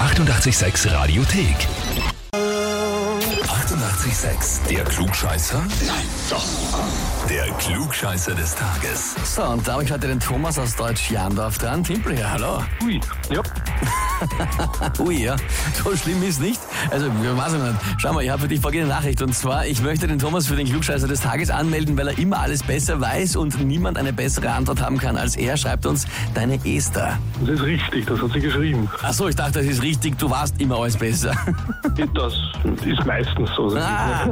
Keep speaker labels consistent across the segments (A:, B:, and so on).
A: 886 Radiothek. 88,6. Der Klugscheißer? Nein, doch. Der Klugscheißer des Tages. So, und damit hat er den Thomas aus Deutsch-Jandorf dran. Timpel, ja, hallo.
B: Ui, ja.
A: Ui, ja, so schlimm ist nicht. Also, wir weiß ich nicht. Schau mal, ich habe für dich folgende Nachricht. Und zwar, ich möchte den Thomas für den Klugscheißer des Tages anmelden, weil er immer alles besser weiß und niemand eine bessere Antwort haben kann als er, schreibt uns deine Esther.
B: Das ist richtig, das hat sie geschrieben.
A: Ach so, ich dachte, das ist richtig, du warst immer alles besser.
B: Das ist meistens so. Das
A: Ah.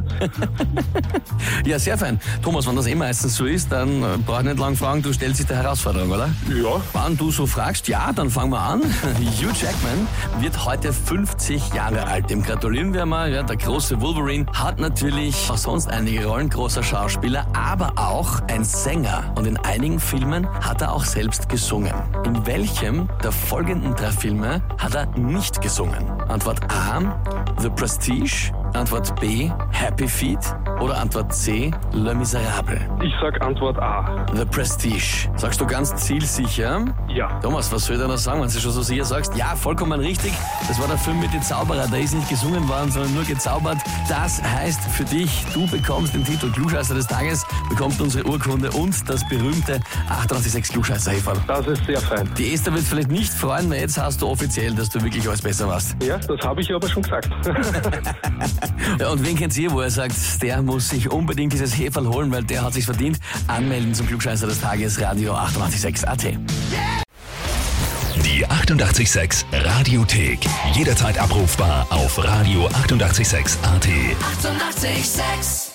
A: ja, sehr fein. Thomas, wenn das eh meistens so ist, dann äh, brauch ich nicht lang fragen, du stellst dich der Herausforderung, oder?
B: ist- Ja,
A: Wann du so fragst, ja, dann fangen wir an. Hugh Jackman wird heute 50 Jahre alt. Dem gratulieren wir mal. Ja, der große Wolverine hat natürlich auch sonst einige Rollen großer Schauspieler, aber auch ein Sänger. Und in einigen Filmen hat er auch selbst gesungen. In welchem der folgenden drei Filme hat er nicht gesungen? Antwort A, The Prestige. Antwort B, Happy Feet. Oder Antwort C, Le Miserable.
B: ich sag Antwort A.
A: The Prestige. Sagst du ganz zielsicher?
B: Ja.
A: Thomas, was soll ich da noch sagen, wenn du schon so sicher sagst? Ja, vollkommen richtig. Das war der Film mit den Zauberer. Da ist nicht gesungen worden, sondern nur gezaubert. Das heißt für dich, du bekommst den Titel Klugscheißer des Tages, bekommst unsere Urkunde und das berühmte 886 klugscheißer -Häferl.
B: Das ist sehr fein.
A: Die Esther wird vielleicht nicht freuen, weil jetzt hast du offiziell, dass du wirklich alles besser warst.
B: Ja, das habe ich aber schon gesagt.
A: Ja, und wen kennt ihr, wo er sagt, der muss sich unbedingt dieses Heferl holen, weil der hat sich's verdient? Anmelden zum Klugscheißer des Tages, Radio 886 AT.
C: Die 886 Radiothek. Jederzeit abrufbar auf radio886.at. 886!
D: 886